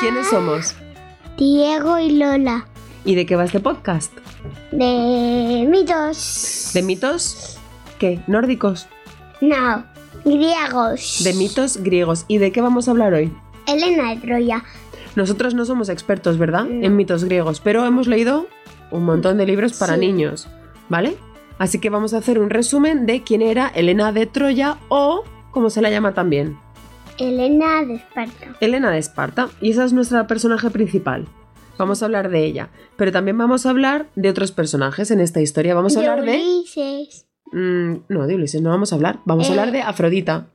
¿Quiénes somos? Diego y Lola. ¿Y de qué va este podcast? De mitos. ¿De mitos? ¿Qué? ¿Nórdicos? No, griegos. ¿De mitos griegos? ¿Y de qué vamos a hablar hoy? Elena de Troya. Nosotros no somos expertos, ¿verdad? En mitos griegos, pero hemos leído un montón de libros para Sí. niños, ¿vale? Así que vamos a hacer un resumen de quién era Elena de Troya o, como se la llama también, Elena de Esparta. Elena de Esparta, y esa es nuestra personaje principal. Vamos a hablar de ella, pero también vamos a hablar de otros personajes en esta historia. Vamos a De hablar de... Ulises. Mm, no, de Ulises no vamos a hablar. Vamos a Eh. hablar de Afrodita.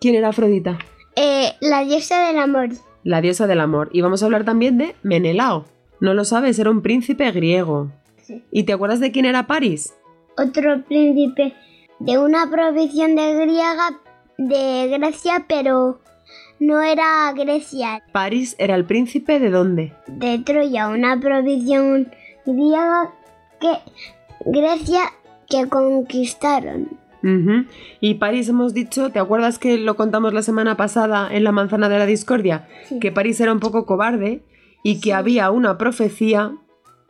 ¿Quién era Afrodita? Eh, la diosa del amor. La diosa del amor. Y vamos a hablar también de Menelao. No lo sabes, era un príncipe griego. Sí. ¿Y te acuerdas de quién era París? Otro príncipe de una provisión de griega de Grecia, pero no era Grecia. París era el príncipe de dónde? de Troya, una provisión griega que Grecia que conquistaron. Ujú. Y París hemos dicho, ¿te acuerdas que lo contamos la semana pasada en la manzana de la discordia? Sí. Que París era un poco cobarde y que había una profecía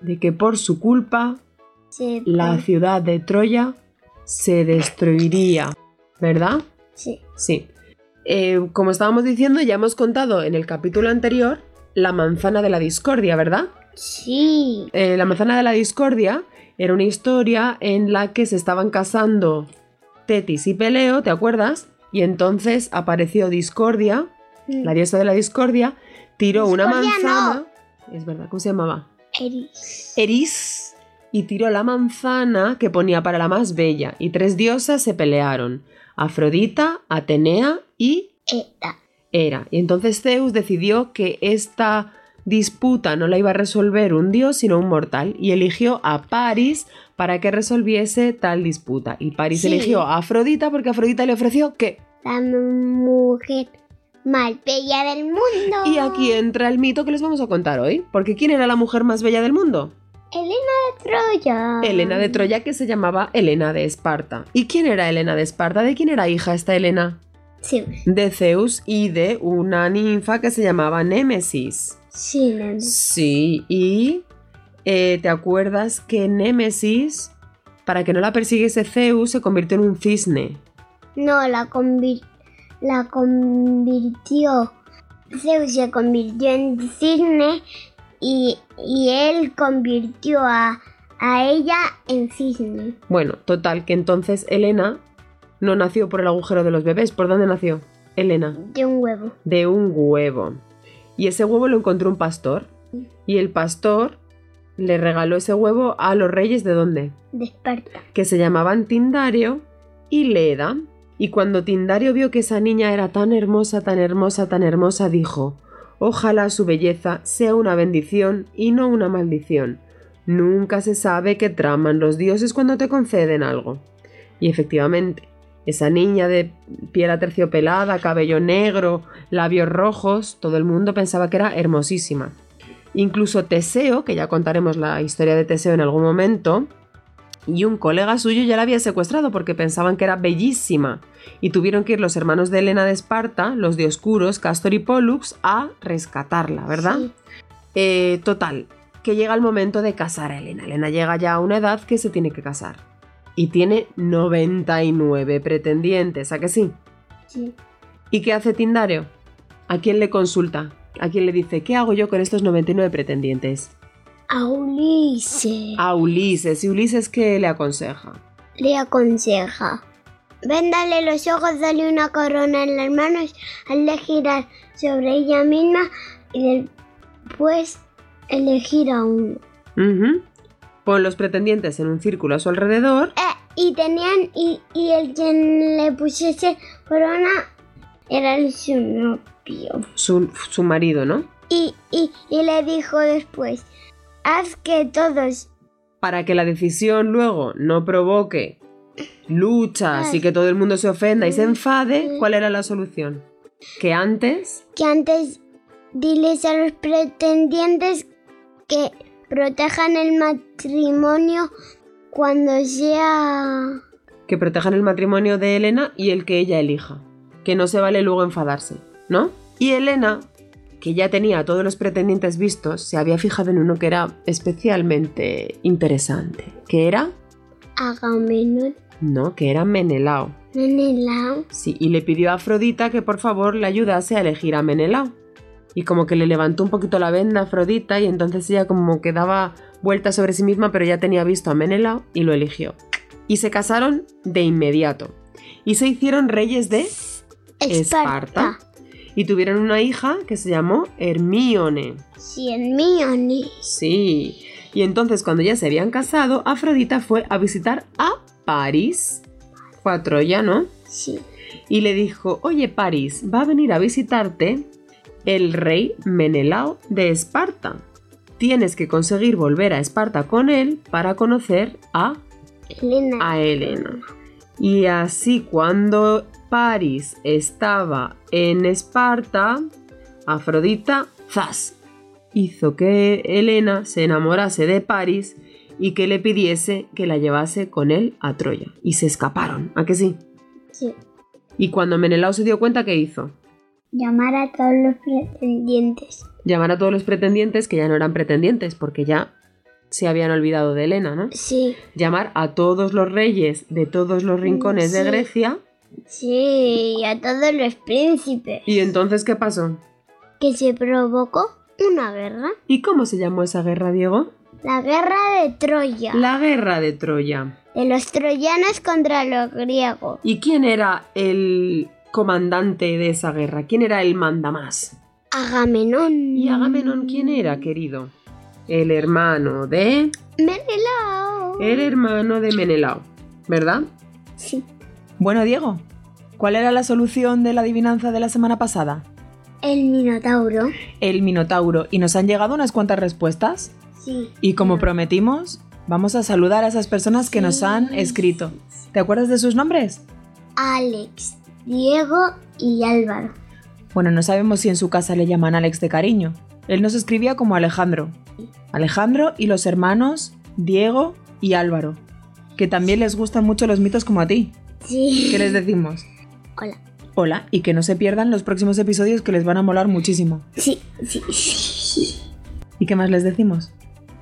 de que por su culpa Sí, la ciudad de Troya se destruiría, ¿verdad? sí. Sí. Eh, como estábamos diciendo, ya hemos contado en el capítulo anterior la manzana de la discordia, ¿verdad? Sí, Eh, la manzana de la discordia era una historia en la que se estaban casando Tetis y Peleo, ¿te acuerdas? Y entonces apareció Discordia, la diosa de la discordia, tiró una Discordia no. manzana. Es verdad, ¿cómo se llamaba? Eris. Eris y tiró la manzana que ponía para la más bella, y tres diosas se pelearon: Afrodita, Atenea y Eta. era. Y entonces Zeus decidió que esta disputa no la iba a resolver un dios, sino un mortal, y eligió a Paris para que resolviese tal disputa. Y Paris Sí. eligió a Afrodita porque Afrodita le ofreció que... La mujer más bella del mundo. Y aquí entra el mito que les vamos a contar hoy, porque ¿quién era la mujer más bella del mundo? Elena de Troya. Helena de Troya, que se llamaba Helena de Esparta. ¿Y quién era Helena de Esparta? ¿De quién era hija esta Helena? Sí, De Zeus y de una ninfa que se llamaba Némesis. sí, nena. Sí, y eh, ¿te acuerdas que Némesis, para que no la persiguiese Zeus, se convirtió en un cisne? No, la, convir- la convirtió. Zeus se convirtió en cisne y, y él convirtió a, a ella en cisne. Bueno, total, que entonces Helena no nació por el agujero de los bebés. ¿Por dónde nació? Helena, De un huevo. de un huevo. Y ese huevo lo encontró un pastor. Y el pastor le regaló ese huevo a los reyes de dónde? De Esparta. que se llamaban Tindario y Leda. Y cuando Tindario vio que esa niña era tan hermosa, tan hermosa, tan hermosa, dijo, ojalá su belleza sea una bendición y no una maldición. Nunca se sabe qué traman los dioses cuando te conceden algo. Y efectivamente, esa niña de piel aterciopelada, cabello negro, labios rojos, todo el mundo pensaba que era hermosísima. Incluso Teseo, que ya contaremos la historia de Teseo en algún momento, y un colega suyo ya la había secuestrado porque pensaban que era bellísima. Y tuvieron que ir los hermanos de Helena de Esparta, los dioscuros, Castor y Pollux, a rescatarla, ¿verdad? Sí. Eh, total, que llega el momento de casar a Elena. Elena llega ya a una edad que se tiene que casar. Y tiene 99 pretendientes, ¿a que sí? Sí. ¿Y qué hace Tindario? ¿A quién le consulta? ¿A quién le dice, qué hago yo con estos 99 pretendientes? A Ulises A Ulises. ¿Y Ulises qué le aconseja? le aconseja. Véndale los ojos, dale una corona en las manos, hazle girar sobre ella misma y después elegir a uno. Ujú. Pon los pretendientes en un círculo a su alrededor. Eh, y tenían, y, y el quien le pusiese corona era el su novio. Su, su marido, ¿no? Y, y, y le dijo después, haz que todos, para que la decisión luego no provoque luchas y que todo el mundo se ofenda y se enfade, ¿cuál era la solución? Que antes, que antes diles a los pretendientes que protejan el matrimonio cuando sea... que protejan el matrimonio de Elena y el que ella elija. Que no se vale luego enfadarse, ¿no? Y Elena, que ya tenía a todos los pretendientes vistos, se había fijado en uno que era especialmente interesante, que era, Agamenón, no, que era Menelao. Menelao, Sí, y le pidió a Afrodita que por favor le ayudase a elegir a Menelao. Y como que le levantó un poquito la venda a Afrodita y entonces ella como que daba vueltas sobre sí misma, pero ya tenía visto a Menelao y lo eligió. Y se casaron de inmediato. Y se hicieron reyes de Esparta. Esparta. Y tuvieron una hija que se llamó Hermione. Cien millones. Sí. Y entonces cuando ya se habían casado, Afrodita fue a visitar a París. Fue a Troya, ¿no? Sí. y le dijo, oye París, va a venir a visitarte el rey Menelao de Esparta. Tienes que conseguir volver a Esparta con él para conocer a, Elena. a Helena. Y así cuando París estaba en Esparta, Afrodita, zas, hizo que Helena se enamorase de París y que le pidiese que la llevase con él a Troya. Y se escaparon, ¿a que sí? Sí. Y cuando Menelao se dio cuenta, ¿qué hizo? Llamar a todos los pretendientes. Llamar a todos los pretendientes que ya no eran pretendientes, porque ya se habían olvidado de Helena, ¿no? Sí. Llamar a todos los reyes de todos los rincones de Sí. Grecia. Sí, a todos los príncipes. ¿Y entonces qué pasó? Que se provocó una guerra. ¿Y cómo se llamó esa guerra, Diego? La guerra de Troya. La guerra de Troya. De los troyanos contra los griegos. ¿Y quién era el comandante de esa guerra? ¿Quién era el mandamás? Agamenón. ¿Y Agamenón quién era, querido? El hermano de... Menelao. El hermano de Menelao, ¿verdad? Sí. Bueno, Diego, ¿cuál era la solución de la adivinanza de la semana pasada? El Minotauro. El Minotauro. Y nos han llegado unas cuantas respuestas. Sí. Y como prometimos, vamos a saludar a esas personas que nos han escrito. ¿Te acuerdas de sus nombres? Alex, Diego y Álvaro. Bueno, no sabemos si en su casa le llaman Alex de cariño. Él nos escribía como Alejandro. Alejandro y los hermanos Diego y Álvaro, que también les gustan mucho los mitos como a ti. Sí. ¿Qué les decimos? Hola. Hola y que no se pierdan los próximos episodios que les van a molar muchísimo. Sí, sí, sí. ¿Y qué más les decimos?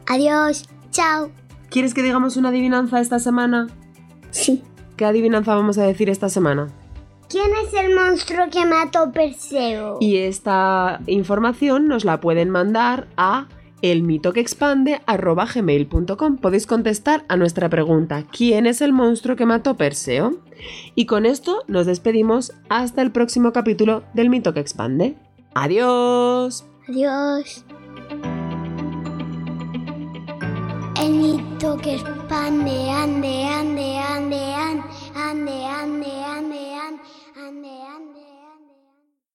Adiós. Chao. ¿Quieres que digamos una adivinanza esta semana? Sí. ¿Qué adivinanza vamos a decir esta semana? ¿Quién es el monstruo que mató Perseo? Y esta información nos la pueden mandar a elmitoqueexpande.gmail.com Podéis contestar a nuestra pregunta ¿Quién es el monstruo que mató Perseo? Y con esto nos despedimos hasta el próximo capítulo del Mito que Expande. ¡Adiós! Adiós. El mito que expande, ande, ande, ande, ande, ande, ande.